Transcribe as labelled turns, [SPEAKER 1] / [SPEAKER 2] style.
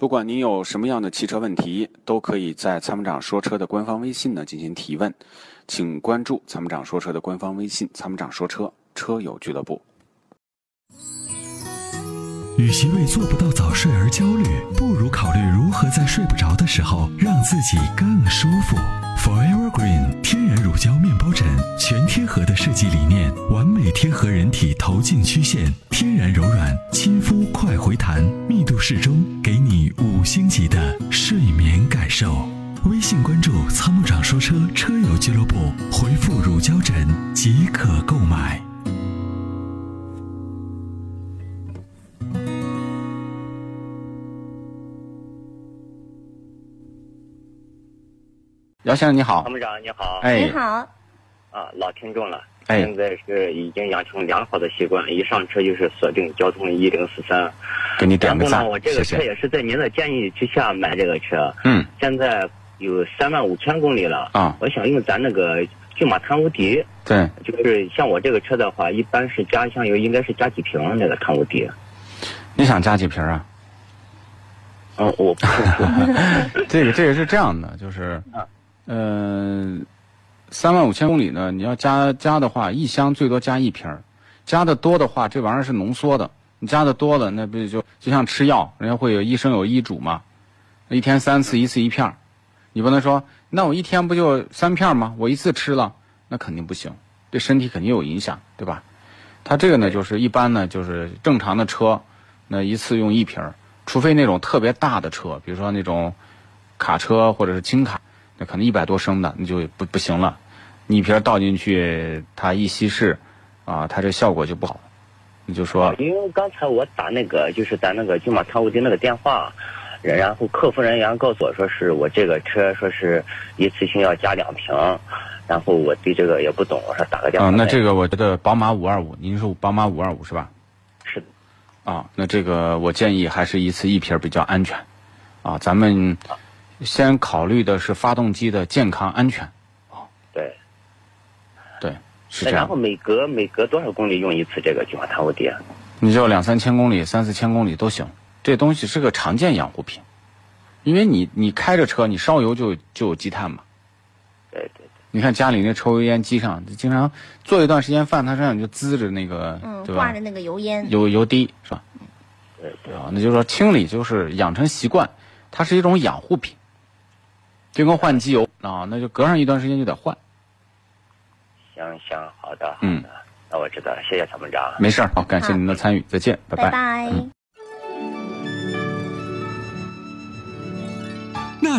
[SPEAKER 1] 不管您有什么样的汽车问题，都可以在参谋长说车的官方微信呢进行提问，请关注参谋长说车的官方微信“参谋长说车车友俱乐部
[SPEAKER 2] 与其为做不到早睡而焦虑，不如考虑如何在睡不着的时候让自己更舒服。Forever Green 天然乳胶面包枕，全贴合的设计理念，完美贴合人体头颈曲线，天然柔软，亲肤快回弹，密度适中，给你五星级的睡眠感受。微信关注“参谋长说车”车友俱乐部，回复“乳胶枕”即可购买。”。
[SPEAKER 1] 姚先生你好
[SPEAKER 3] 参，谋长啊你好，
[SPEAKER 1] 哎
[SPEAKER 4] 你，好，
[SPEAKER 3] 啊，老听众了，
[SPEAKER 1] 哎
[SPEAKER 3] 现在是已经养成良好的习惯，一上车就是锁定交通一零四三。
[SPEAKER 1] 给你点
[SPEAKER 3] 然
[SPEAKER 1] 个
[SPEAKER 3] 后
[SPEAKER 1] 赞
[SPEAKER 3] 呢，我，这
[SPEAKER 1] 谢
[SPEAKER 3] 个车
[SPEAKER 1] 谢。
[SPEAKER 3] 也是在您的建议之下买这个车，
[SPEAKER 1] 嗯
[SPEAKER 3] 现在有三万五千公里了。
[SPEAKER 1] 啊，
[SPEAKER 3] 我想用咱那个骏马探无敌，
[SPEAKER 1] 对，
[SPEAKER 3] 就是像我这个车的话，一般是加一箱油，应该是加几瓶那个探无敌。
[SPEAKER 1] 你想加几瓶啊？哦
[SPEAKER 3] 嗯，我不清楚。
[SPEAKER 1] 这个这个是这样的，就是，呃，三万五千公里呢，你要加加的话，一箱最多加一瓶儿，加的多的话，这玩意儿是浓缩的，你加的多了，那不就就像吃药，人家会有医生有医嘱嘛，一天三次，一次一片儿，你不能说，那我一天不就三片儿吗？我一次吃了，那肯定不行，对身体肯定有影响，对吧？它这个呢，就是一般呢，就是正常的车，那一次用一瓶儿，除非那种特别大的车，比如说那种卡车或者是轻卡，那可能一百多升的，那就不不行了。你一瓶儿倒进去，它一稀释，啊，它这效果就不好。你就说，
[SPEAKER 3] 因为刚才我打那个就是咱那个骏马探无敌那个电话，然然后客服人员告诉我说是我这个车说是一次性要加两瓶，然后我对这个也不懂，我说打个电话
[SPEAKER 1] 啊，
[SPEAKER 3] 问。
[SPEAKER 1] 那这个我觉得宝马五二五，您是宝马五二五是吧？
[SPEAKER 3] 是
[SPEAKER 1] 啊，那这个我建议还是一次一瓶儿比较安全。啊，咱们先考虑的是发动机的健康安全，
[SPEAKER 3] 对。
[SPEAKER 1] 对，是
[SPEAKER 3] 那
[SPEAKER 1] 这样
[SPEAKER 3] 然后。每隔每隔多少公里用一次这个骏马探无敌？
[SPEAKER 1] 你就两三千公里、三四千公里都行。这东西是个常见养护品，因为你你开着车，你烧油就就有积碳嘛。
[SPEAKER 3] 对对
[SPEAKER 1] 你看家里那抽油烟机上，就经常做一段时间饭，它身上就滋着那个，
[SPEAKER 4] 嗯，
[SPEAKER 1] 对
[SPEAKER 4] 挂
[SPEAKER 1] 吧
[SPEAKER 4] 着？那个油烟，
[SPEAKER 1] 油油滴是吧？
[SPEAKER 3] 对对
[SPEAKER 1] 啊，那就是说清理就是养成习惯，它是一种养护品，就跟换机油啊，那就隔上一段时间就得换。
[SPEAKER 3] 行行，好的，好的
[SPEAKER 1] 嗯，
[SPEAKER 3] 那我知道了，谢谢参谋长。
[SPEAKER 1] 没事儿，好，感谢
[SPEAKER 4] 好
[SPEAKER 1] 您的参与，再见，
[SPEAKER 4] 拜拜。
[SPEAKER 2] 那